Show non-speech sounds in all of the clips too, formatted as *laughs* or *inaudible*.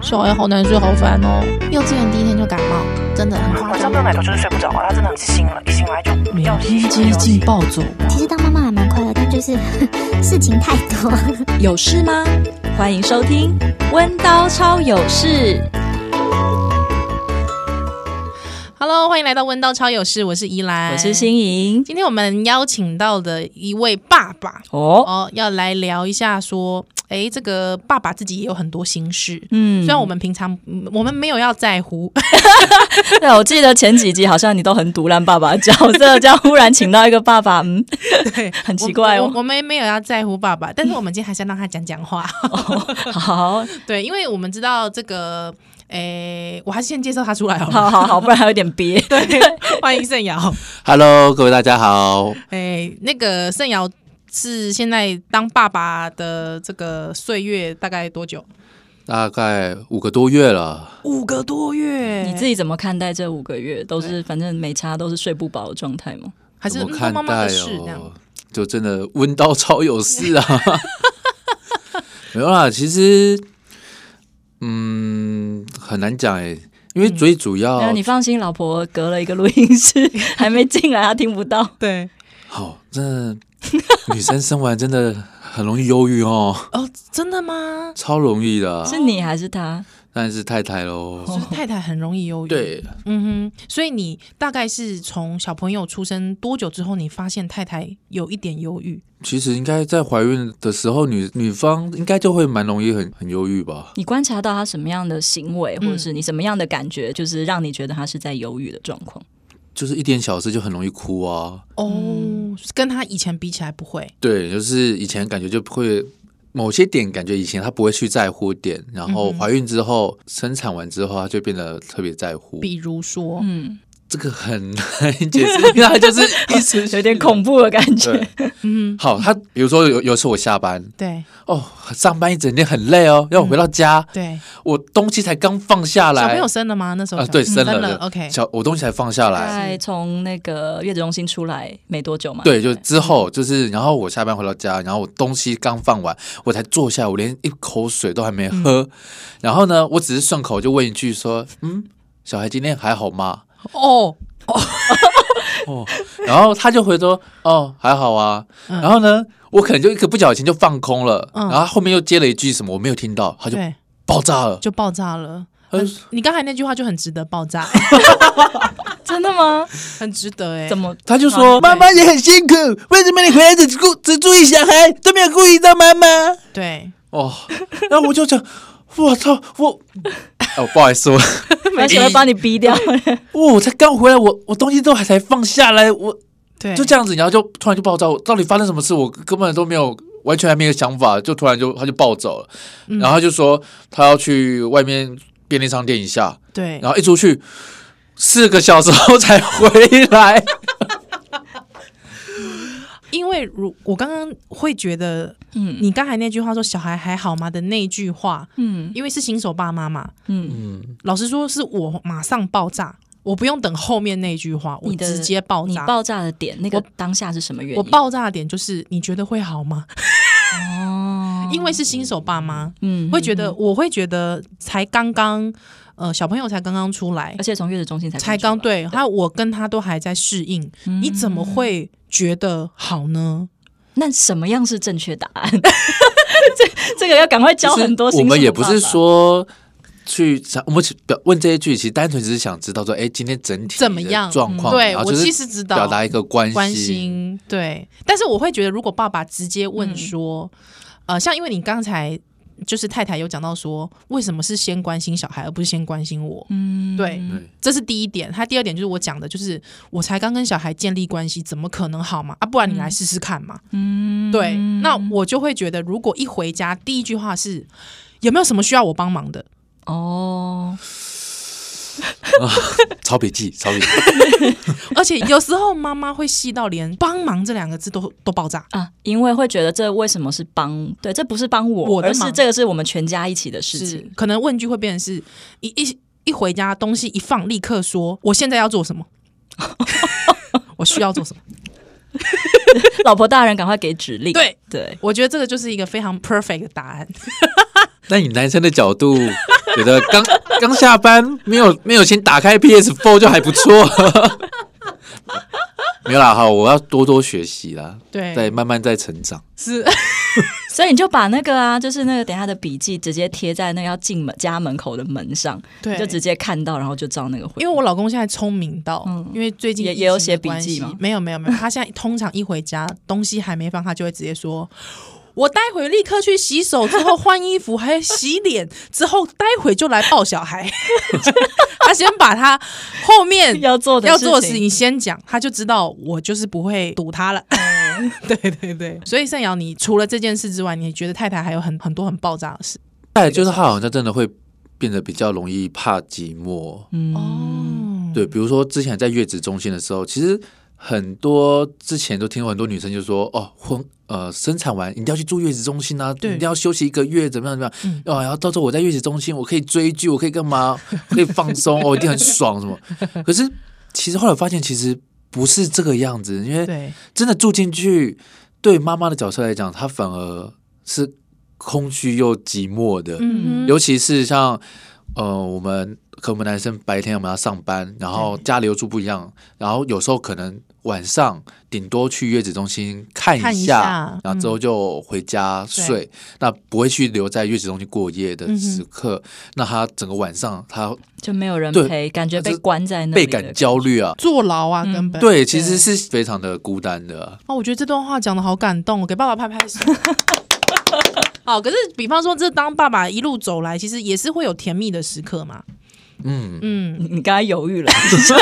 小孩好难睡，好烦哦。幼稚园第一天就感冒，真的很夸晚张上嗯没。有奶头就是睡不着啊，他真的很清醒了，一醒来就每要洗天洗接要洗近暴走王其实当妈妈还蛮快乐，但就是 *laughs* 事情太多。有事吗？欢迎收听《温刀超有事》。 Hello，欢迎来到温刀超有事，我是依兰，我是。新莹。今天我们邀请到的一位爸爸哦，哦，要来聊一下说，诶，这个爸爸自己也有很多心事。嗯虽然我们平常嗯我们没有要在乎， *laughs* 对，我记得前几集好像你都很独揽爸爸的角色，这样忽然请到一个爸爸， *laughs* 嗯，对，很奇怪我哦我。我们没有要在乎爸爸，但是我们今天还是要让他讲讲话。 *laughs* 好，对，因为我们知道这个，诶，我还是先介绍他出来好了。好好好，不然还有点憋。 *laughs* 欢迎盛瑶， Hello，各位大家好，诶，哎那个盛瑶是现在当爸爸的这个岁月大概多久？大概五个多月了，五个多月你自己怎么看待这五个月？都是反正没差，都是睡不饱的状态吗？还是怎嗯么跟看妈妈待的事这样哦？？就真的温刀超有事啊！ *laughs* 没有啦，其实，嗯，很难讲诶，因为最主要嗯没有，你放心，老婆隔了一个录音室， *laughs* 还没进来，她听不到。对，好，真的女生生完真的很容易忧郁哦， *laughs* 哦，真的吗？超容易的啊，是你还是她？但是太太喽，就是太太很容易忧郁，，哦对，嗯哼，所以你大概是从小朋友出生多久之后，你发现太太有一点忧郁？其实应该在怀孕的时候，女女方应该就会蛮容易很很忧郁吧。你观察到她什么样的行为，或者是你什么样的感觉，就是让你觉得她是在犹豫的状况？就是一点小事就很容易哭啊，哦，跟他以前比起来不会，对，就是以前感觉就不会某些点，感觉以前她不会去在乎点，然后嗯怀孕之后、生产完之后，她就变得特别在乎。比如说，嗯，这个很难解释，因为她就是一直有点恐怖的感觉 *laughs* 对。好，她比如说有有时候我下班对哦，上班一整天很累哦，要我回到家，对，我东西才刚放下来，嗯小朋友生了吗？那时候啊小对嗯生了了对 o k 小我东西才放下大来，概从那个月子中心出来没多久嘛，对，就之后就是，然后我下班回到家，然后我东西刚放完，我才坐下，我连一口水都还没喝。 *laughs* 然后呢，我只是顺口就问一句说：“嗯，小孩今天还好吗哦，？”然后他就回说：“哦，还好啊。嗯然后呢，我可能就一个不小心就放空了，嗯然后他后面又接了一句什么我没有听到，他就对，爆炸了。就呃爆炸了。他就你刚才那句话就很值得爆 *laughs* 炸，真的 *laughs* 吗？很值得哎、怎么？他就哦说：“对妈妈也很辛苦，为什么你回来只顾只注意小孩，都没有顾及到妈妈？”对，哦，然后我就讲，我操，我，哦，不好意思， *laughs* 我而且会把你 *laughs* 逼掉。哇，哦我才刚回来，我我东西都还才放下来，我对，就这样子，然后就突然就暴躁，到底发生什么事？我根本都没有，完全还没有想法，就突然就他就暴走了，嗯然后他就说他要去外面便利商店一下，对，然后一出去四个小时后才回来，因为如我刚刚会觉得，嗯你刚才那句话说“小孩还好吗”的那句话，嗯因为是新手爸妈嘛，嗯，嗯，老实说，是我马上爆炸，我不用等后面那句话，我你的直接爆你炸。爆炸的点，那个我当下是什么原因？我爆炸的点就是，你觉得会好吗？哦， *laughs* 因为是新手爸妈，嗯会觉嗯得我会觉得才刚刚，呃，小朋友才刚刚出来而，且从月子中心才才出来刚，对，还有我跟他都还在适应，嗯你怎么会觉得好呢？那什么样是正确答案？ *laughs* 这这个要赶快教很多我新手爸爸。们也不是说。去想，我们只表问这一句，其实单纯只是想知道说，哎，今天整体怎么样嗯的状况？对然后我就是其实知道表达一个关关心对，但是我会觉得，如果爸爸直接问嗯说，呃，像因为你刚才就是太太有讲到说，为什么是先关心小孩，而不是先关心我？嗯对对，这是第一点。他第二点就是我讲的，就是我才刚跟小孩建立关系，怎么可能好嘛？啊，不然你来试试看嘛。嗯对，那我就会觉得，如果一回家第一句话是有没有什么需要我帮忙的，哦，抄笔记，抄笔记。 *laughs* *laughs* 而且有时候妈妈会细到连“帮忙”这两个字都都爆炸。啊，因为会觉得这为什么是帮？对，这不是帮我，我的而是忙这个是我们全家一起的事是情。，可能问句会变成是一一一回家东西一放，立刻说我现在要做什么， *laughs* 我需要做什么。 *laughs* 老婆大人，赶快给指令。对对，我觉得这个就是一个非常 perfect 的答案。那以男生的角度，有的刚刚下班，没有没有先打开 PS Four 就还不错。 *laughs* 没有啦，哈，我要多多学习啦，对再慢慢再成长。是所以你就把那个啊，就是那个等一下的笔记直接贴在那个要进门家门口的门上，对，就直接看到，然后就照那 *laughs* 个回。因为我老公现在聪明到，嗯因为最近也疫情也有的写笔关记系吗没有没有没有，他现在通常一回家东西还没放，他就会直接说。我待会立刻去洗手，之后换衣服，还有洗脸，之后待会就来抱小孩。 *laughs* 他先把他后面要做的要做的事事情情先讲，他就知道我就是不会堵他了。哦 *laughs* 对对对，所以盛瑶，你除了这件事之外，你觉得太太还有很很多很爆炸的事再来就是他好像真的会变得比较容易怕寂寞，哦？对，比如说之前在月子中心的时候，其实很多之前都听过很多女生就说哦，婚呃生产完一定要去住月子中心啊，对嗯一定要休息一个月，怎么样怎么样，哦，然后到时候我在月子中心，我可以追剧，我可以干嘛，可以放松，哦，一定很 *laughs* 爽什么。可是其实后来发现，其实不是这个样子，因为对，真的住进去，对妈妈的角色来讲，她反而是空虚又寂寞的，嗯哼，尤其是像呃，我们可能我们男生白天我们要上班，然后家里又住不一样，然后有时候可能晚上顶多去月子中心看一下，看一下嗯然后之后就回家睡，那不会去留在月子中心过夜嗯的时刻。那他整个晚上他就没有人对陪，感觉被就是关在那里倍的感焦虑啊，坐牢嗯啊，根本对，其实是非常的孤单的啊。哦，我觉得这段话讲的好感动，我给爸爸拍拍 *laughs* 手。好，可是比方说，这当爸爸一路走来，其实也是会有甜蜜的时刻嘛。嗯，嗯，你你刚才犹 *laughs* 豫了，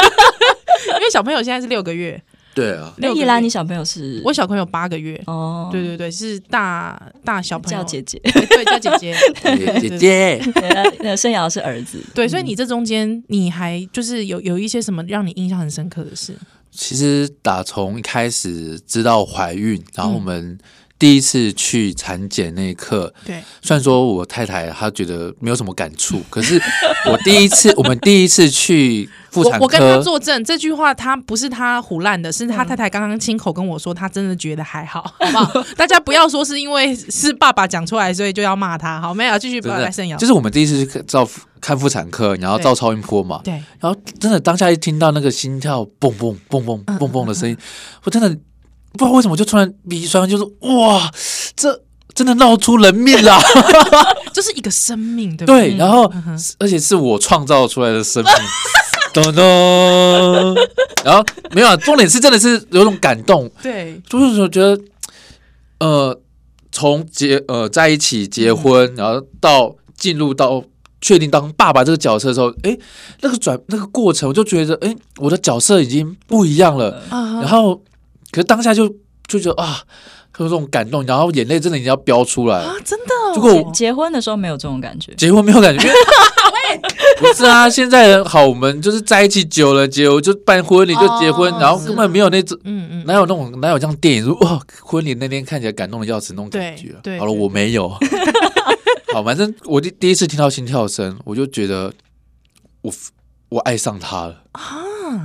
因为小朋友现在是六个月，对 *laughs* 啊，六个依月兰，你小朋友是我小朋友八个月。哦，对对对，是大大小朋友叫姐姐， *laughs* 对对叫姐姐。姐姐姐，对那盛瑶是儿子，对，所以你这中间，你还就是有有一些什么让你印象很深刻的事？其实打从一开始知道怀孕，然后嗯我们第一次去产检那一刻，对，虽然说我太太她觉得没有什么感触， *laughs* 可是我第一次，我们第一次去妇我产我跟他科，作证，这句话他不是他胡乱的，是嗯他太太刚刚亲口跟我说，他真的觉得 *laughs* 还好，好不好？大家不要说是因为是爸爸讲出来，所以就要骂他，好没有？继续不啊要来盛的阳，就是我们第一次去照看妇产科，然后照超音波嘛，对，然后真的当下一听到那个心跳蹦蹦蹦蹦蹦蹦的声嗯音，我真的不知道为什么就突然鼻酸，就是哇，这真的闹出人命 *laughs* 啦！就是一个生命，对不对，对？嗯然后、而且是我创造出来的生命， *laughs* 噔噔，然后没有、啊，重点是真的是有种感动，对就是说觉得，呃，从结呃在一起结婚，然后到进入到确定当爸爸这个角色的时候，诶，那个转那个过程，我就觉得，诶，我的角色已经不一样了。然啊，后，可是当下就就觉得啊，有种感动，然后眼泪真的已经要飙出来了。真的哦，如果结结婚的时候没有这种感觉，结婚没有感觉。因为 *laughs* 不是啊，现在人好，我们就是在一起久了，结婚就办婚礼就结婚，哦然后根本没有那种嗯嗯，哪有那种哪有这样电影说哇婚礼那天看起来感动的要死那种感觉啊？对对好了，对我 *laughs* 没有。好，反正我第第一次听到心跳声，我就觉得我我爱上他了。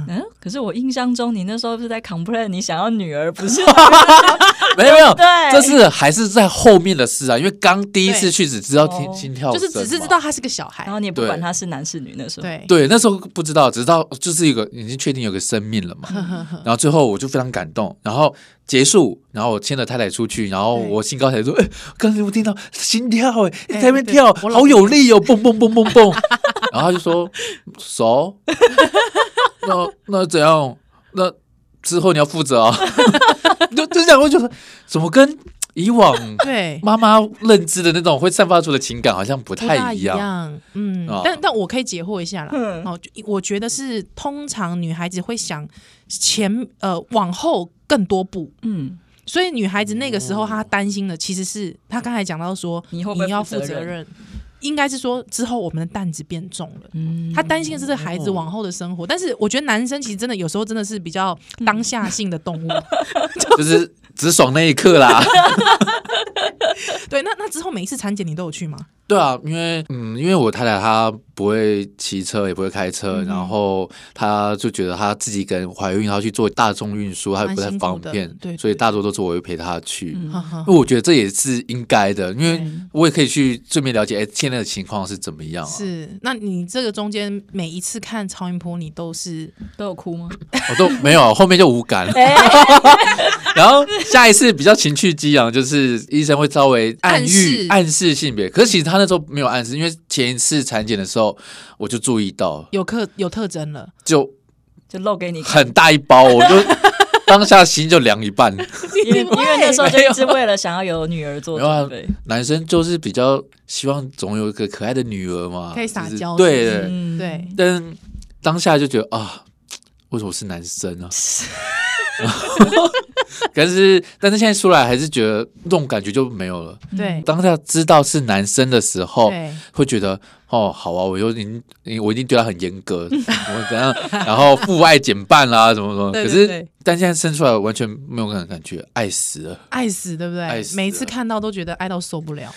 嗯，可是我印象中你那时候是在 complain 你想要女儿，不是？ *laughs* 啊没有没有，对这是还是在后面的事啊，因为刚第一次去只知道听哦心跳就声嘛，是只是知道他是个小孩然，后你也不管对他是男是女，那时候对，对，那时候不知道，只知道就是一个已经确定有个生命了嘛。嗯 *laughs* 然后最后我就非常感动，然后结束，然后我牵着太太出去，然后对我兴高采烈说：“哎、刚才我听到心跳、哎、对在那边对跳，我老好有力哦，蹦蹦蹦蹦 *laughs* 蹦。”然后他就说：“熟，那那怎样？那之后你要负责啊。 *laughs* 就”就这样，我就觉得怎么跟以往对，妈妈认知的那种会散发出的情感好像不不太大一样。样，嗯，哦但但我可以解惑一下啦。嗯哦，就我觉得是通常女孩子会想前呃往后更多步，嗯，所以女孩子那个时候她担心的其实是她刚才讲到说你会不会要负负责责任任，应该是说之后我们的担子变重了。嗯她担心的是这孩子往后的生活，但是我觉得男生其实真的有时候真的是比较当下性的动 *laughs* 物，就是只爽那一刻啦。对。那那之后每一次产检你都有去吗？ *laughs* 对啊，因为嗯，因为我太太她不会骑车，也不会开嗯车，然后她就觉得她自己一个人怀孕，然后去做大众运输，她也不太蛮辛苦方的便，对嗯所以对大多都是我会陪她去。哈嗯哈那我觉得这也是应该的，因为我也可以去顺便了解，哎，现在的情况是怎么样 *laughs* 啊？是，那你这个中间每一次看超音波，你都是都有哭吗？我都没有，啊后面就 *laughs* 无感了。哎然后下一次比较情趣激昂，就是医生会稍微暗喻暗示、暗示性别。可是其实他那时候没有暗示，因为前一次产检的时候我就注意到，有特有特征了，就 *laughs* 就露给你看，很大一包，我就当下心就凉一半。因为因为那时候就一直为了想要有女儿做没有啊准备。男生就是比较希望总有一个可爱的女儿嘛，可以撒娇就是是不对对是啊嗯对，但当下就觉得啊，为什么是男生 *laughs* 啊？但是，但是现在出来还是觉得那种感觉就没有了。对当下知道是男生的时候，对，会觉得哦，好啊，我又已经我一定对他很严 *laughs* 格，我怎样，然后父爱减半啦、什么什么。对可对是对，但现在生出来完全没有感感觉，爱死了。爱死对不爱对？死每一次了看到都觉得爱到受不了。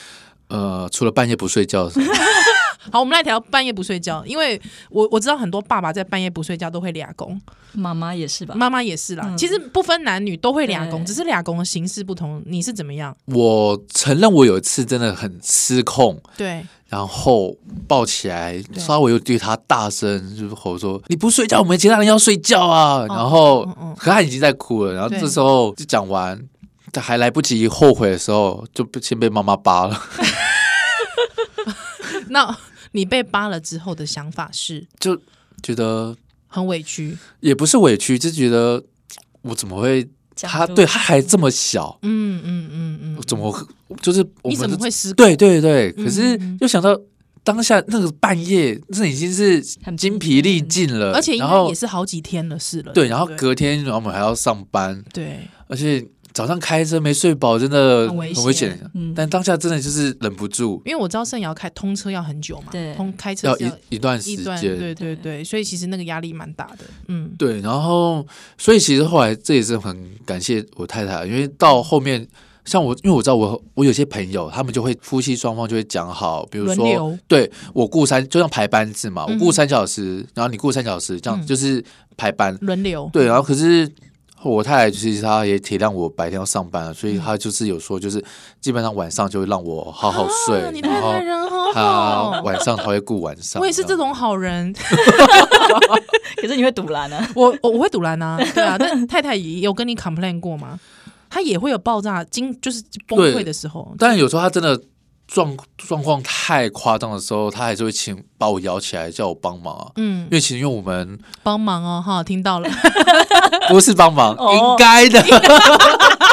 呃，除了半夜不睡觉， *laughs* 好，我们来聊半夜不睡觉，因为我我知道很多爸爸在半夜不睡觉都会俩工，妈妈也是吧？妈妈也是啦。嗯其实不分男女都会俩工，对只是俩工的形式不同。你是怎么样？我承认我有一次真的很失控，对，然后抱起来，稍微又对他大声就是吼说：“你不睡觉，我们其他人要睡觉啊！”然后嗯嗯可他已经在哭了，然后对这时候就讲完，他还来不及后悔的时候，就被先被妈妈扒了，那你被扒了之后的想法是就觉得很委屈，也不是委屈，就觉得我怎么会讲他究对他还这么小，嗯嗯嗯嗯我，怎么就是我你们怎么就会失控？对对对，嗯可是嗯又想到。当下那个半夜，那已经是很精疲力尽了，而且应然该后也是好几天的事了。对，然后不隔天，然后我们还要上班，对而且早上开车没睡饱，真的很危很危险险。嗯但当下真的就是忍不住，因为我知道盛瑶开通车要很久嘛，对通开车要是一一段时一段，间。对对对，所以其实那个压力蛮大的，嗯，对，然后所以其实后来这也是很感谢我太太，因为到后面。像我，因为我知道我我有些朋友，他们就会夫妻双方就会讲好，比如轮说流，对我雇三，就像排班制嘛，我嗯雇哼三小时，然后你雇三小时，这样嗯就是排班。轮流，对，然后可是我太太其实她也体谅我白天要上班啊了，所嗯以她就是有说，就是基本上晚上就会让我好好睡，啊你太然后太人好她好，晚上她会顾晚上。我也是这样种好人， *laughs* 可是你会堵拦啊？我我我会堵拦 *laughs* 啊，对啊，但太太也有跟你 complain 过吗？她也会有爆炸经，就是崩溃的时候，但有时候她真的状状况太夸张的时候，她还是会请把我摇起来叫我帮忙啊。嗯因，为其实因为我们帮忙哦，哈，听 *laughs* 到了，不是 *laughs* 帮忙，哦应该的， *laughs*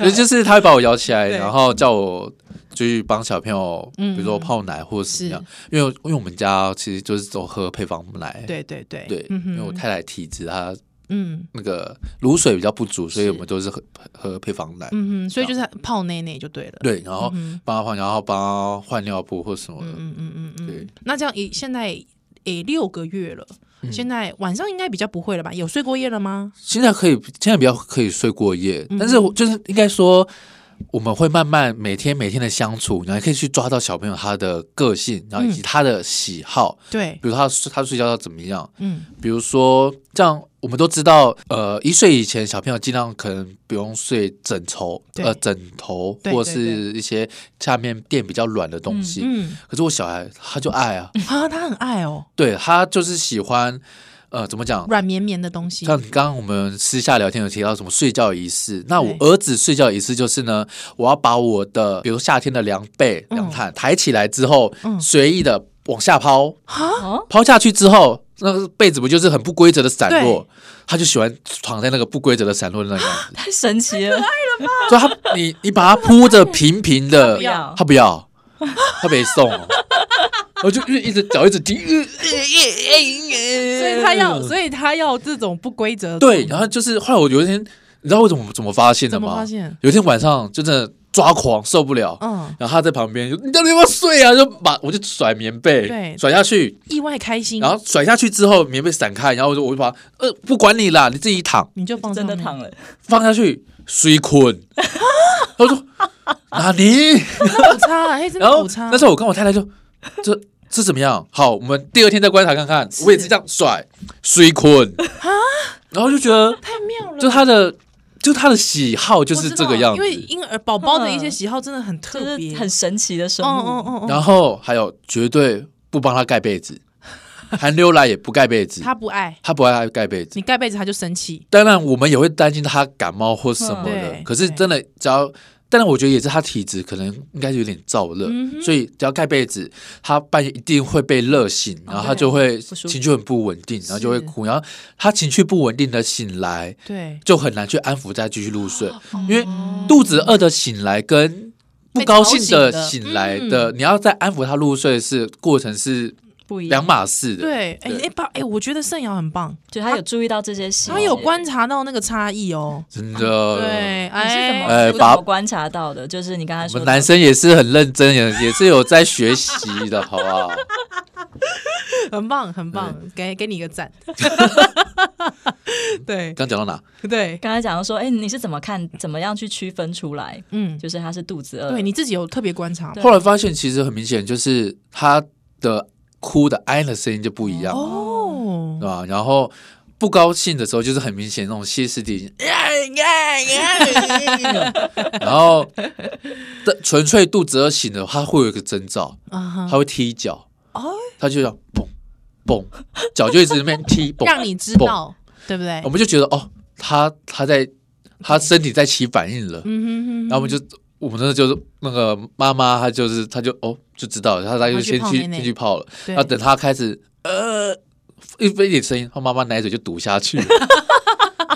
就就是他会把我摇起来，对然后叫我就去帮小朋友，比嗯如说泡奶或者怎么样是，因为因为我们家其实就是都喝配方奶，对对对，对，嗯因为我哼，太太体质她嗯。那个卤水比较不足，所以是我们都是喝喝配方奶，嗯哼，所以就是泡内内就对了。对，然后嗯帮她换，然后帮她换尿布或什么的，嗯嗯嗯嗯对嗯。那这样也现在也六个月了，嗯现在晚上应该比较不会了吧？有睡过夜了吗？现在可以，现在比较可以睡过夜，嗯但是我就是应该说，我们会慢慢每天每天的相处，然后可以去抓到小朋友他的个性，然后以及他的喜好，对，比如他睡他睡觉要怎么样，嗯，比如说这样，我们都知道，呃，一岁以前小朋友尽量可能不用睡枕头，对呃，枕头对或对是一些下面垫比较软的东西，嗯可是我小孩他就爱啊，啊，他很爱哦，对他就是喜欢，呃，怎么讲？软绵绵的东西。像刚刚我们私下聊天有提到什么睡觉仪式，那我对儿子睡觉仪式就是呢，我要把我的比如夏天的凉被、凉毯抬起来之后，嗯随意的往下抛，啊哦，抛下去之后，那个被子不就是很不规则的散落对？他就喜欢躺在那个不规则的散 *laughs* 落的那个样子，太神奇了！所以他你你把它铺着平平的，不要他不要，他没送、哦，我就一直脚一直踢，呃呃所以他要，所以他要这种不规则。对，然后就是后来我有一天，你知道我怎么怎么发现的嗯怎吗？么发现？有一天晚上就真的抓狂受不了，嗯，然后他在旁边就你到底要不要睡啊？就把我就甩棉被对，甩下去，意外开心，然后甩下去之后棉被散开，然后我就我就把呃不管你啦，你自己躺你就放真的上面躺。了，放下去 *laughs* 睡困。他说哪里？那补差，哎，真然的后啊补差。那时候我跟我太太就就是怎么样？好，我们第二天再观察看看。我也是这样甩水坤啊，然后就觉得太妙了，就他的就他的喜好就我是知这道个样因为子。婴儿宝宝的一些喜好真的很嗯就特别，是很神奇的生嗯物。嗯嗯嗯，然后还有绝对不帮他盖被子，寒流来也不盖被子，他不爱他不爱盖被子。你盖被子他就生气，当然，我们也会担心他感冒或什嗯么的对。可是真的，只要，当然我觉得也是他体质可能应该有点燥热，嗯所以只要盖被子，他半夜一定会被热哦醒，然后他就会不舒服情绪很不稳定，然后就会哭。然后他情绪不稳定的醒来，对，就很难去安抚再继续入哦睡，因为肚子饿的醒来跟不高兴的醒来被吵醒的，的你要再安抚他入睡是过程是嗯不一两样，码事的。对，哎哎爸，哎，我觉得盛瑶很棒，就他有注意到这些细节。他有观察到那个差异哦，真的。对，你是怎么、哎， *laughs* 你哎是怎么把观察到的？就是你刚才我说们的男生也是很认真，也也是有在学习 *laughs* 的，好不好？很棒很棒，给给你一个 *laughs* 赞，对刚讲到哪？ *laughs* 对，刚才讲到说，哎、你是怎么看，怎么样去区分出来？嗯，就是他是肚子饿，对你自己有特别观察吗对后来发现其实很明显，就是他的哭的哀的声音就不一样，哦对，吧？然后不高兴的时候就是很明显那种歇斯底里，然 *laughs* 后的纯粹肚子饿醒了，他会有一个征兆，啊哈他会踢脚，哦他就要蹦蹦，脚就一直在那边 *laughs* 踢蹦，让你知道，哎对不对我？们就觉得哦，他他在他身体在起反应了，嗯哼哼，然后我们就我们真的就是那个妈妈，她就是她就哦就知道了，她她就她去先泡去奶奶先去泡了，对然后等她开始呃一一点声音，她妈妈奶嘴就堵 *laughs* 下去了，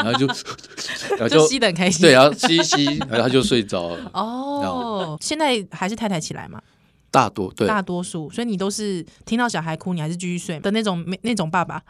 然后就然后就就吸的很开心，对，然后吸一吸，然后她就睡着了，哦，现在还是太太起来嘛，大多对，大多数，所以你都是听到小孩哭，你还是继续睡的那种，没那种爸爸，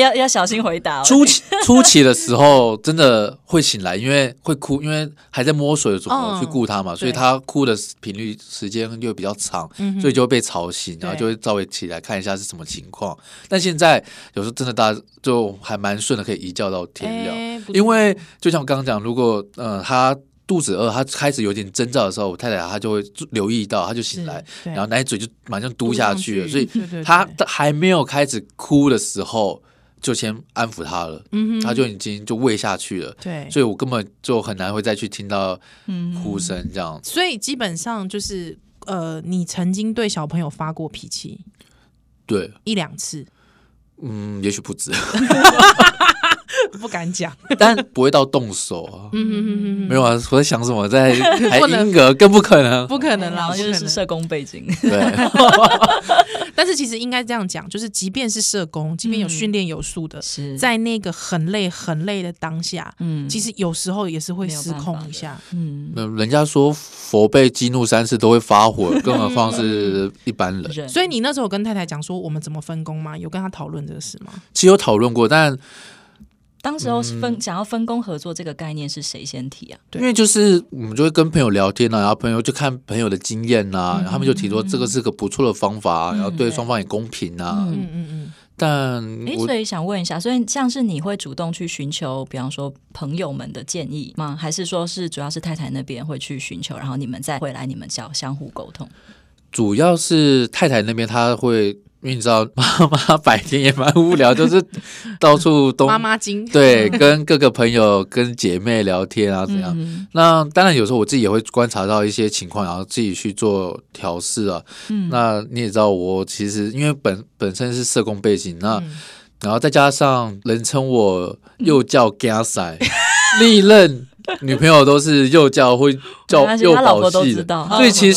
*laughs* 要要小心回答、哦。初期初期的时候真的会醒来，因为会哭，因为还在摸索怎么嗯去顾他嘛，所以对他哭的频率时间又比较长，嗯哼所以就会被吵醒，对然后就会稍微起来看一下是什么情况。但现在有时候真的大家就还蛮顺的，可以一觉到天亮。哎不因为就像我刚刚讲，如果呃他肚子饿，他开始有点征兆的时候，我太太她就会留意到，她就醒来，是对然后奶嘴就马上嘟下去了，嘟所上以去对对对她还没有开始哭的时候，就先安抚她了，嗯哼她就已经就喂下去了，对，所以我根本就很难会再去听到嗯哭声这样。所以基本上就是呃，你曾经对小朋友发过脾气对，一两次，嗯，也许不止， *laughs* 不敢讲，但不会到动手啊。嗯哼哼哼哼没有啊，我在想什么， *laughs* 在还不能婴儿更不可能。不可能然啦，后就不可是能社工背景，对，但是其实应该这样讲，就是即便是社工，即便有训练有素的，是在那个很累很累的当下，嗯其实有时候也是会失没有办法控的一下。嗯那人家说佛被激怒三次都会发火，更何况是一般 *laughs* 人。人，所以你那时候有跟太太讲说我们怎么分工吗？有跟她讨论这个事吗？其实有讨论过，但当时候是分、嗯想要分工合作这个概念是谁先提啊？对因为就是我们就会跟朋友聊天啊，然后朋友就看朋友的经验呐、嗯然后他们就提出这个是个不错的方法啊，然后对对双方也公平啊。嗯嗯嗯嗯，但诶，我所以想问一下，所以像是你会主动去寻求，比方说朋友们的建议吗？还是说是主要是太太那边会去寻求，然后你们再回来你们相相互沟通？主要是太太那边，她会因为你知道 *laughs* 妈妈白天也蛮无聊，就是到处东妈妈经对，跟各个朋友、跟姐妹聊天啊，怎样？嗯嗯那当然，有时候我自己也会观察到一些情况，然后自己去做调试啊。嗯，那你也知道，我其实因为本本身是社工背景，那、嗯然后再加上人称我幼教 g a s *laughs* 历任女朋友都是幼教 *laughs* 会没教关系幼他老保婆都系知的道，所他老婆以其都实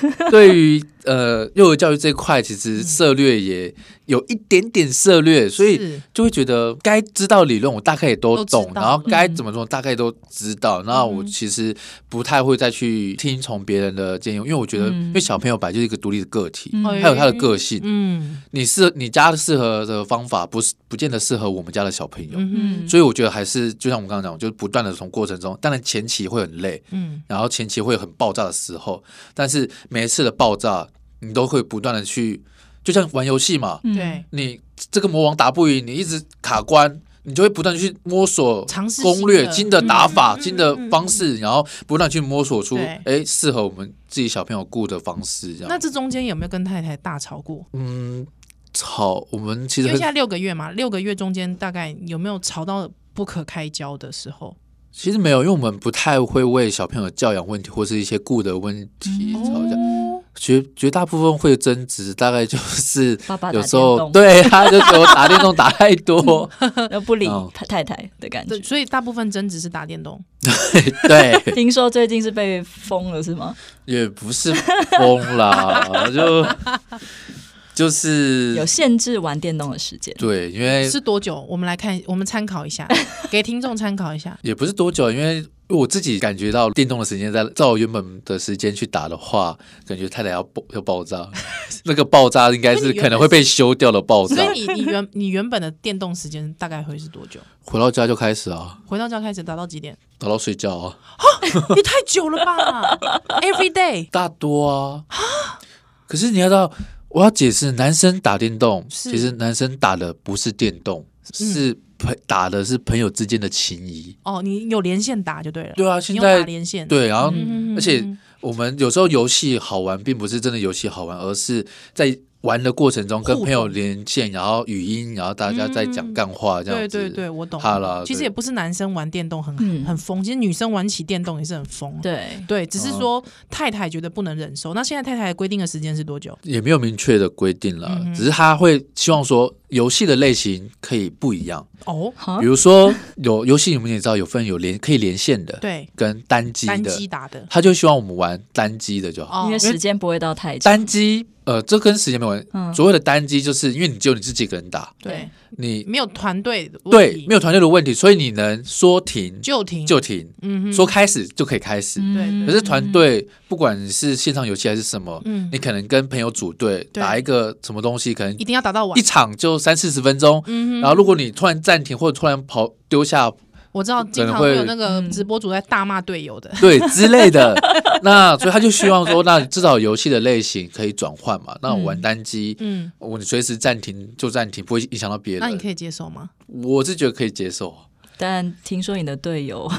知对于呃幼儿教育这块，其实涉略也有一点点涉略，所嗯以是就会觉得该知道理论我大概也都都懂知，道然后该怎么做大概都知道。那我嗯其实不太会再去听从别人的建议，因为我觉得，嗯因为小朋友本来就是一个独立的个体，嗯还有他的个性。嗯你适你家的适合的方法，不是不见得适合我们家的小朋友。嗯哼所以我觉得还是就像我们刚刚讲，就是不断的从过程中，当然前期会很累，嗯，然后前期会有很爆炸的时候，但是每一次的爆炸，你都会不断的去，就像玩游戏嘛，嗯 *laughs* 对，你这个魔王打不赢，你一直卡关，你就会不断地去摸索、尝试攻略新新的的打法、嗯嗯嗯新的方式，然后不断地去摸索出对哎适合我们自己小朋友顾的方式。这那样，这中间有没有跟太太大吵过？嗯，好，我们其因实为现在会六个月嘛，六个月中间大概有没有吵到不可开交的时候？其实没有，因为我们不太会为小朋友教养问题或是一些顾的问题嗯吵架，哦绝绝大部分会争执，大概就是 *laughs* 爸爸打有电时候动， *laughs* 对他就给我打电动打太 *laughs* 多，呃不理哦太太的感对，觉。所以大部分争执是打电动。对。听说最近是被封了是吗？也不是 *laughs* 疯啦，就就是有限制玩电动的时间，对，因为是多久？我们来看，我们参考一 *laughs* 下，给听众参考一下。也不是多久，因为我自己感觉到电动的时间在照原本的时间去打的话，感觉太太要爆要 *laughs* 爆炸，那个爆炸应该是可能会被修掉的爆所炸。以你你原你原本的电动时间大概会是多久？回到家就开始啊，回到家开始打到几 *laughs* 点？打到睡觉啊，也太久了吧！Every day 大多啊。可是你要知道，我要解释，男生打电动，是嗯其实男生打的不是电动，是朋打的是朋友之间的情谊。哦，你有连线打就对了。对啊，你现有打在连线。对，然后、嗯，嗯而且嗯我们有时候游戏好玩，并不是真的游戏好玩，而是在玩的过程中跟互动朋友连线，然后语音，然后大家在讲干话这样对子。对对，我懂。好啦其实对也不是男生玩电动很嗯很疯，其实女生玩起电动也是很疯。对，对，只哦是说太太觉得不能忍受。那现在太太规定的时间是多久？也没有明确的规定啦，嗯哼只是他会希望说游戏的类型可以不一样，哦，哈比，如说有游戏，你们也知道有分有连可以连线的，对，跟单机单的机，打的。他就希望我们玩单机的就好。哦因为时间不会到太长，单机，呃，这跟时间没关系。嗯所谓的单机，就是因为你只有你自己一个人打，对，你没有团队的问对题，没有团队的问题，所以你能说停就停就停，嗯哼说开始就可以开始。嗯对可是团队不管你是线上游戏还是什么，嗯你可能跟朋友组队对打一个什么东西，可能一定要打到完一。场就三四十分钟。嗯然后如果你突然暂停或者突然跑丢下我知道经常可能会会有那个直播主在大骂队友 *laughs* 的，对之类的，那所以他就希望说，那至少游戏的类型可以转换嘛。那我玩单机，嗯，我随时暂停就暂停，不会影响到别那你可人。以接受吗？我是觉得可以接受。但听说你的队友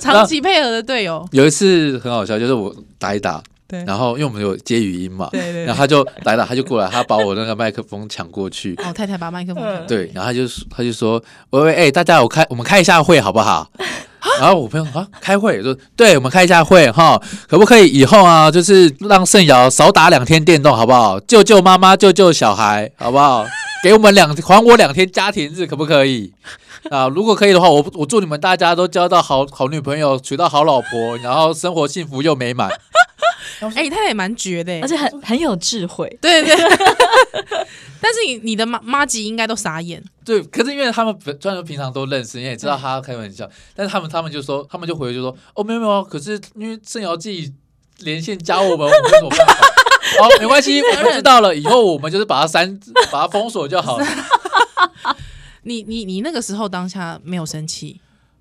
长期配合的队友，有一次很好笑，就是我打一打，对然后因为我们有接语音嘛，对对然后他就打一打，他就过来，他把我那个麦克风抢过去，哦，太太把麦克风拿过来，对，然后他就他就说，喂喂，哎、大家我开我们开一下会好不好？ *laughs* 然后我朋友啊，开会说，对，我们开一下会哈，可不可以以后啊，就是让盛瑶少打两天电动好不好？救救妈妈，救救小孩，好不好？ *laughs* 给我们两还我两天家庭日，可不可以？啊，如果可以的话，我我祝你们大家都交到好好女朋友，娶到好老婆，然后生活幸福又美满。哎，你太太也蛮绝的，而且很很有智慧，对对。 *laughs* 但是你你的妈妈吉应该都傻眼，对，可是因为他们本虽然说平常都认识，你也知嗯道他开玩笑，但是他们他们就说，他们就回就说，哦，没有没有啊，可是因为郑瑶自己连线加我们，我们有什么办法？好，没 *laughs* 关系，我们知道了，以后我们就是把它删，把它封锁就好了。 *laughs* 你你你那个时候当下没有生气，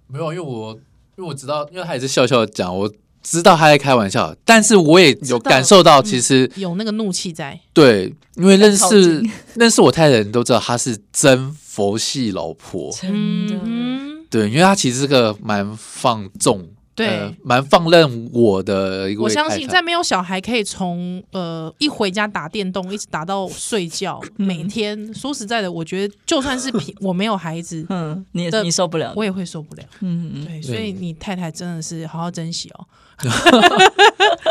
没有，因为我因为我知道，因为他也是笑笑地讲，我知道他在开玩笑，但是我也有感受到，其实有那个怒气在，对，因为认嗯靠识近认识我太太的人都知道，她是真佛系老婆，真的。嗯，对，因为她其实是个蛮放纵，对呃蛮、放任我的一位我太太。相信在没有小孩可以从呃一回家打电动一直打到睡觉，每天说实在的，我觉得就算是平我没有孩子， *laughs* 嗯，你也的你受不了，我也会受不了。嗯，对，所以你太太真的是好好珍惜哦。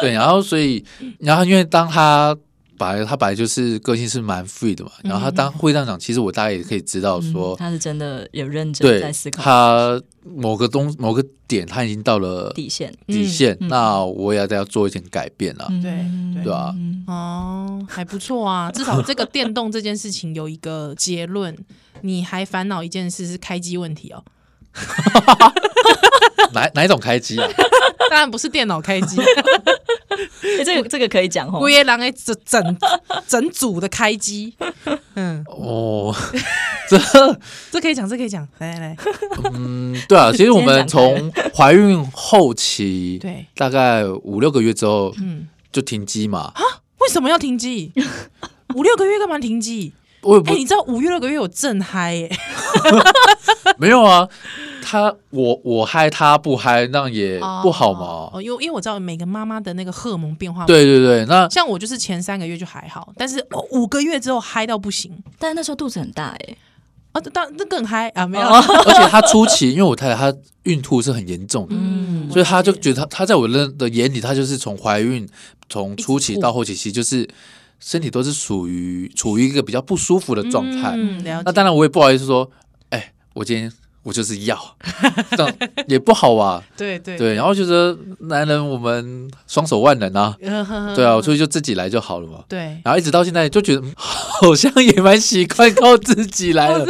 对，然后所以，嗯然后因为当她本来她本来就是个性是蛮 free 的嘛，然后她当会长长，其实我大概也可以知道说，嗯他是真的有认真在对思考她某个东某个点，她已经到了底线，底线，嗯嗯那我也要再要做一点改变啊啦。对对对啊嗯哦，还不错啊，至少这个电动这件事情有一个结论。你还烦恼一件事是开机问题哦，哪哪一种开机啊？ *laughs* 当然不是电脑开机， *laughs* 诶这个这个可以讲哦龟，爷狼哎整整整组的开机，嗯，哦， *laughs* 这可以讲，这可以讲，来来来，嗯，对啊，其实我们今从怀孕后期，对，大概五六个月之后嗯，就停机嘛，啊为什么要停机？五六个月干嘛停机？哎我也不哎、你知道五六个月有正嗨耶、没有啊，他我我嗨他不嗨，那也不好嘛。哦，因为因为我知道每个妈妈的那个荷尔蒙变化，，对对 *laughs* 对，那像我就是前三个月就还好，但是、哦、五个月之后嗨到不行但那时候肚子很大哎、啊，当那更嗨啊，没有，而且他初期，因为我太太她孕吐是很严重的，嗯，所以她就觉得她她在我的的眼里，她就是从怀孕从初期到后期，其实就是身体都是属于处于一个比较不舒服的状态。嗯，了解，那当然我也不好意思说，哎，我今天我就是 *laughs* 要，这样也不好啊。对对，对，然后就觉得男人我们双手万能啊，呃呵呵对啊，所以就自己来就好了嘛。对，然后一直到现在就觉得嗯 *laughs* 好像也蛮习惯靠自己来 *laughs* 了，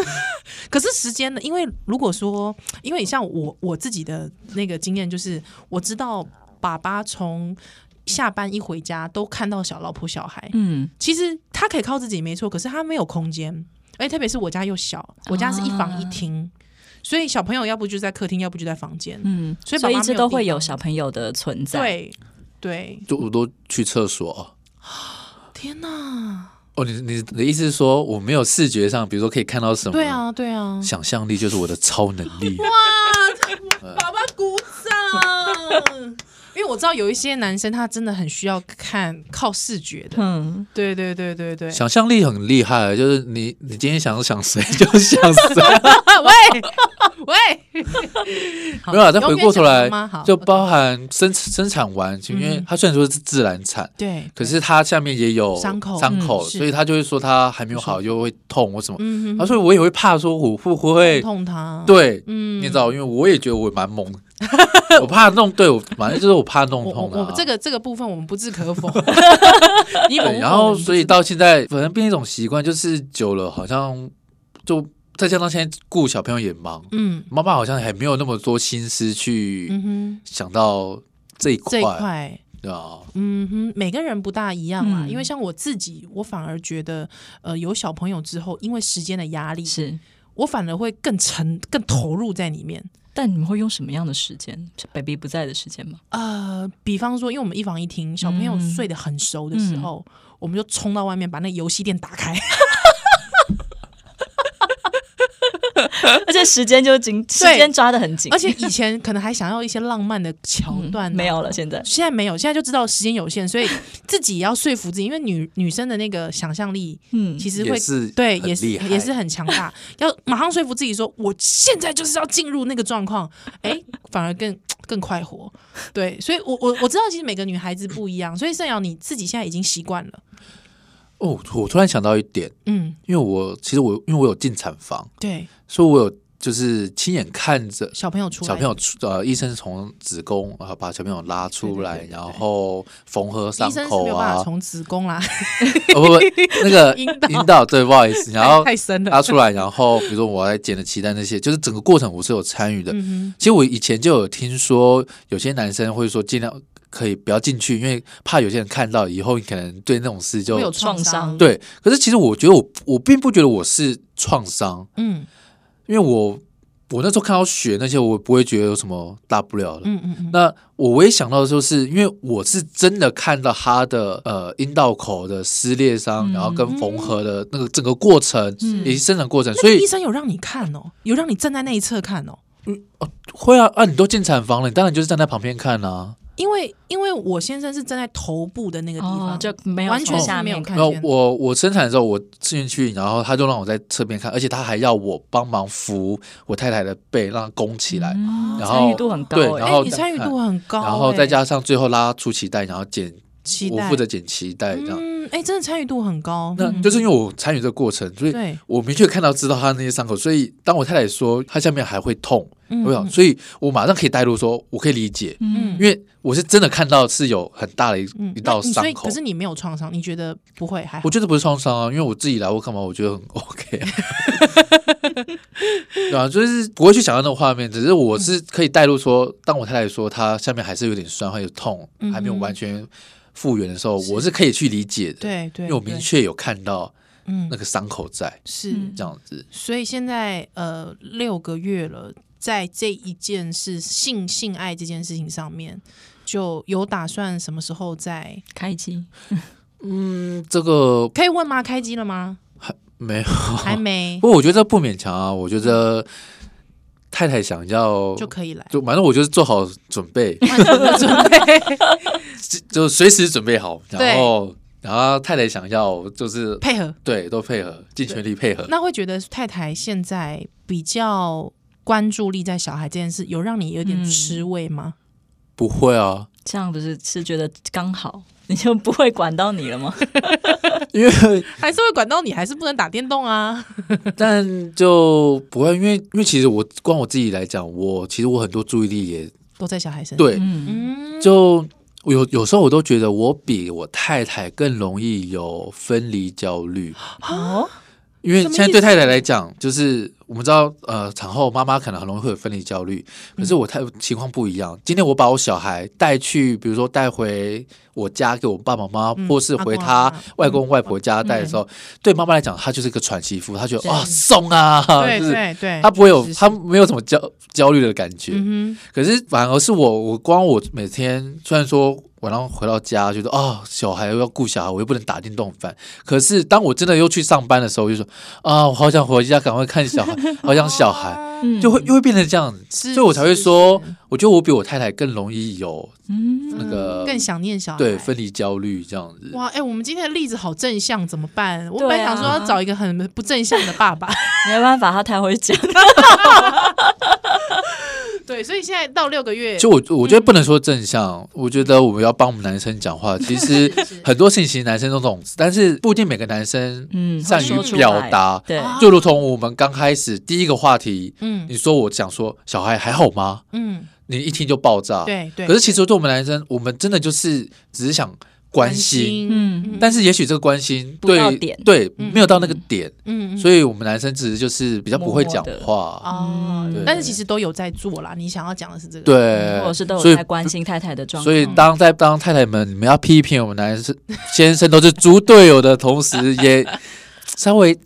可是时间呢？因为如果说，因为你像我我自己的那个经验，就是我知道爸爸从下班一回家都看到小老婆小孩，嗯，其实他可以靠自己没错，可是他没有空间，而且特别是我家又小，我家是一房一厅，所以小朋友要不就在客厅，要不就在房间，嗯，所以所爸以妈一没直有都地会有方小朋友的存在。，对对，就我都去厕所。天哪，哦，你你你的意思是说我没有视觉上，比如说可以看到什么？对，啊对啊，想象力就是我的超能 *laughs* 力。呃哇，爸爸鼓掌。 *laughs* 因为我知道有一些男生他真的很需要看靠视觉的，嗯，对对对对对，想象力很厉害，就是你你今天想想谁就想 *laughs* 谁。喂，没有啊，再回过头来永远想妈好嗯就包含生生产完，因为它虽然说是自然产，对，可是它下面也有伤口伤口，嗯是所以他就会说他还没有好，又会痛或什么。嗯他说我也会怕说我会不会哼，痛他，，对，嗯你知道，因为我也觉得我蛮猛的， *laughs* 我怕弄，对我反正就是我怕弄我我痛的、我啊。这个这个部分我们不置可 *laughs* 否， *laughs* 你对，猛然后所以到现在，反正变一种习惯，就是久了好像就再加上现在顾小朋友也忙，嗯妈妈好像还没有那么多心思去嗯哼想到这一这块，一块。对啊，嗯哼，每个人不大一样啦，嗯因为像我自己，我反而觉得，呃，有小朋友之后，因为时间的压力，是。我反而会更沉、更投入在里面。但你们会用什么样的时间是？baby 不在的时间吗？ *laughs* 呃，比方说，因为我们一房一厅，小朋友嗯睡得很熟的时候，嗯我们就冲到外面把那游戏店打开，而且时间就紧，时对间抓的很紧， *laughs* 而且以前可能还想要一些浪漫的桥嗯段、啊没有了。现在呃现在没有，现在就知道时间有限，所以自己也要说服自己，因为女 *laughs* 女生的那个想象力嗯，其实也会是对，很也是厉害也是很强大，要马上说服自己说，我现在就是要进入那个状况，哎，反而更更快活。对，所以我我我知道，其实每个女孩子不一样，所以盛瑶你自己现在已经习惯了，哦，我突然想到一点，嗯，因为我其实我因为我有进产房，对，所以我有就是亲眼看着小朋友出来，小朋友出呃，医生从子宫然后把小朋友拉出来，对对对对对然后缝合伤医生是口没有办啊法，从子宫啦，哦 *laughs* 不不，那个阴道阴道对，不好意 *laughs* 思，然后太深了拉，出来，然后比如说我在剪的脐带那些，就是整个过程我是有参与的。嗯其实我以前就有听说，有些男生会说尽量可以不要进去，因为怕有些人看到以后，你可能对那种事哼，会有就创创伤，对。可是其实我觉得我我并不觉得我是创伤，嗯因为我我那时候看到血那些，我不会觉得有什么大不了的。嗯嗯嗯，那我唯一想到的就是，因为我是真的看到他的呃阴道口的撕裂伤，嗯然后跟缝合的那个整个过程，以及生产过程，所那个以医生有让你看哦，有让你站在那一侧看哦。会啊啊，你都进产房了，你当然就是站在旁边看啊。因为因为我先生是站在头部的那个地方，哦，就没有完全从是下没有面看然后见的我我生产的时候，我吃进去，然后他就让我在侧边看，而且他还要我帮忙扶我太太的背，让她弓起来，嗯然后参与度很高对欸，然哎、后你参与度很高、然后再哎加上最后拉出脐带，然后剪，期我待负责剪脐带这样。嗯，哎、真的参与度很高，那嗯就是因为我参与这个过程，所以对我明确看到知道他那些伤口，所以当我太太说她下面还会痛，嗯我想，嗯所以我马上可以带入说，我可以理解，嗯因为我是真的看到是有很大的一嗯，一那道你伤所以口可。是你没有创伤，你觉得不会还好我？觉得不是创伤啊，因为我自己来我干嘛，我觉得很 *laughs* OK 啊，对啊，就是不会去想到那种画面，只是我是可以带入说，当我太太说她下面还是有点酸，还有痛，嗯还没有完全复原的时候，我是可以去理解的，，对对，因为我明确有看到嗯那个伤口在是，嗯这样子。所以现在呃六个月了，在这一件事性性爱这件事情上面，就有打算什么时候再开机，嗯，这个可以问吗？开机了吗？没有，还没不过我觉得这不勉强啊，我觉得太太想要就可以来。就反正我就是做好准备， *laughs* 就就随时准备好，然后然后太太想要就是配合。对都配合，尽全力配合。那会觉得太太现在比较关注力在小孩这件事，有让你有点嗯吃味吗？不会啊，这样不是是觉得刚好， *laughs* 你就不会管到你了吗？因 *laughs* 为还是会管到你，还是不能打电动啊？但就不会，因为因为其实我光我自己来讲，我其实我很多注意力也 *laughs* 都在小孩身上。，对，嗯，嗯，就有有时候我都觉得我比我太太更容易有分离焦虑。哦，因为什么现意在思对太太来讲，就是我们知道，呃，产后妈妈可能很容易会有分离焦虑，嗯可是我太情况不一样。今天我把我小孩带去，比如说带回我家给我爸爸妈妈，嗯或是回他外阿公阿嬷公外婆家带的时候，嗯对妈妈来讲，她就是一个喘息夫，她觉得对哇松啊，对就是对对，她不会有哎是是她没有什么焦焦虑的感觉。嗯哼，可是反而是我，我光我每天虽然说晚上回到家，觉得哦，小孩要顾小孩，我又不能打电动饭。可是当我真的又去上班的时候，我就说啊，我好想回家，赶快看小孩，好想小孩，嗯就会又会变成这样子，啊是所以我才会是说是，我觉得我比我太太更容易有嗯，那个、更想念小孩。对分离焦虑这样子。哇，哎、我们今天的例子好正向，怎么办？我对啊本来想说要找一个很不正向的 *laughs* 爸爸，没办法，他太 *laughs* 会讲，对，所以现在到六个月，就我我觉得嗯不能说正向，我觉得我们要帮我们男生讲 *laughs* 话。其实很多事情其实男生都懂，但是不一定每个男生嗯，善于说出来表达。对，啊就如同我们刚开始第一个话题，嗯你说我讲说小孩还好吗？嗯，你一听就爆炸。。对对。可是其实对我们男生，我们真的就是只是想关心，嗯，但是也许这个关心不到对点对嗯没有到那个点，嗯，所以我们男生其实就是比较不会讲默默话。哦嗯对，但是其实都有在做啦。你想要讲的是这个，对，嗯或者是都所有以在关心太太的状况，所以当在当太太们，你们要批评我们男生 *laughs* 先生都是猪队友的同时， *laughs* 也稍微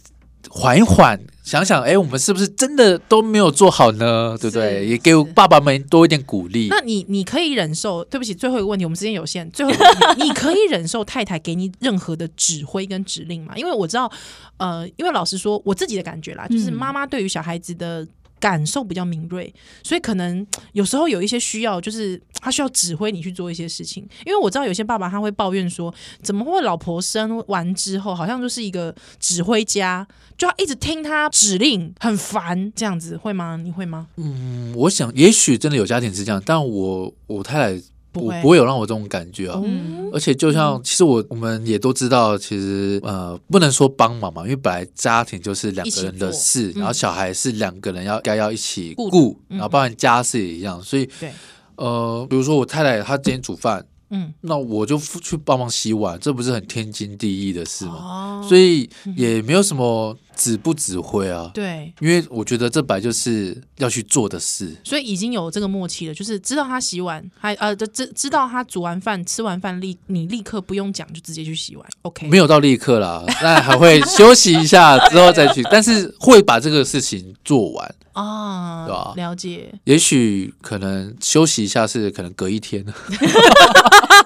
缓一缓，想想，哎、我们是不是真的都没有做好呢？对不对？是也给是爸爸们多一点鼓励。那你你可以忍受？对不起，最后一个问题，我们时间有限。最后一个问题，你可以忍受太太给你任何的指挥跟指令吗？因为我知道，呃，因为老实说，我自己的感觉啦，就是嗯妈妈对于小孩子的。感受比较敏锐，所以可能有时候有一些需要，就是他需要指挥你去做一些事情。因为我知道有些爸爸他会抱怨说，怎么会老婆生完之后好像就是一个指挥家，就要一直听他指令，很烦这样子，会吗？你会吗？嗯我想，也许真的有家庭是这样，但我我太太不我会不会有让我这种感觉啊。嗯，而且，就像其实我我们也都知道，其实呃，不能说帮忙嘛，因为本来家庭就是两个人的事一起，做嗯然后小孩是两个人要该要一起顾顾，嗯然后包含家事也一样，所以对，呃，比如说我太太她今天煮饭，嗯，那我就负去帮忙洗碗，这不是很天经地义的事吗？哦所以也没有什么指不指挥啊，对，因为我觉得这本来就是要去做的事。所以已经有这个默契了，就是知道他洗碗，还呃，就知知道他煮完饭、吃完饭立，你立刻不用讲，就直接去洗碗。OK，没有到立刻啦， *laughs* 那还会休息一下之 *laughs* 后再去，但是会把这个事情做完。对啊吧，了解。也许可能休息一下是可能隔 *laughs* 一天，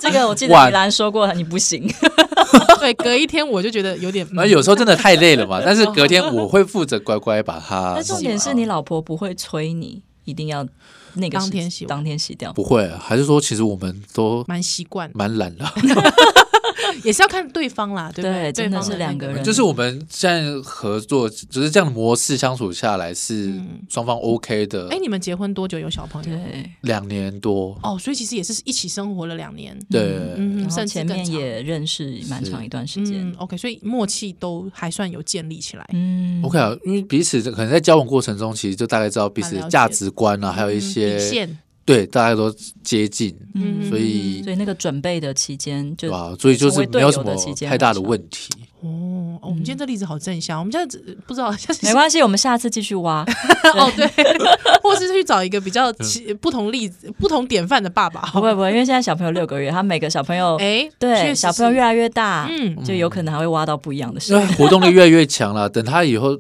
这个我记哇得米兰说过，你不行，对，隔一天我就觉得有点，嗯 *laughs* 那有时候真的太累 *laughs* 了嘛。但是隔天我会负责乖乖把它弄但完。重点是你老婆不会催你一定要那个当时天洗完当天洗掉，不会，啊还是说其实我们都蛮习惯，蛮懒 *laughs* 的，也是要看对方啦，对不对？对真的方是两个那人就是我们现在合作，只是这样的模式相处下来是嗯双方 OK 的哎，，你们结婚多久有小朋友？对，两年多，哦，所以其实也是一起生活了两年，对，嗯，然后甚至前更面长。也认识蛮长一段时嗯间， ，OK，所以默契都还算有建立起来。嗯 OK 啊，因为彼此可能在交往过程中，其实就大概知道彼此蛮了的解价值观啊，还有一嗯底些线，对大家都接近，嗯所以所以那个准备的期间就对吧？所以就是没有什成为队么友的期间太大的问题。哦，哦我们今天这例子好正向，我们现在只不知道 *laughs* 下次嗯没关系，我们下次继续 *laughs* 挖。哦，对，或是去找一个比较其不同例子、不同典范的爸爸，不好吧？会不会，因为现在小朋友六个月，他每个小朋友哎， *laughs* 确对实小朋友是越来越大，嗯就有可能还会挖到不一样的因事为。活动力越来越强了， *laughs* 等他以后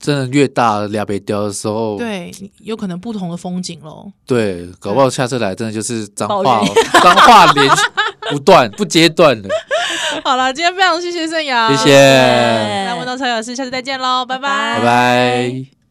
真的越大俩被雕的时候，对，有可能不同的风景喽。对搞不好下次来真的就是脏抱话怨脏话连续不断不间断的。好了，今天非常谢谢盛阳，谢。谢，那问到超老师，下次再见喽，拜拜拜拜。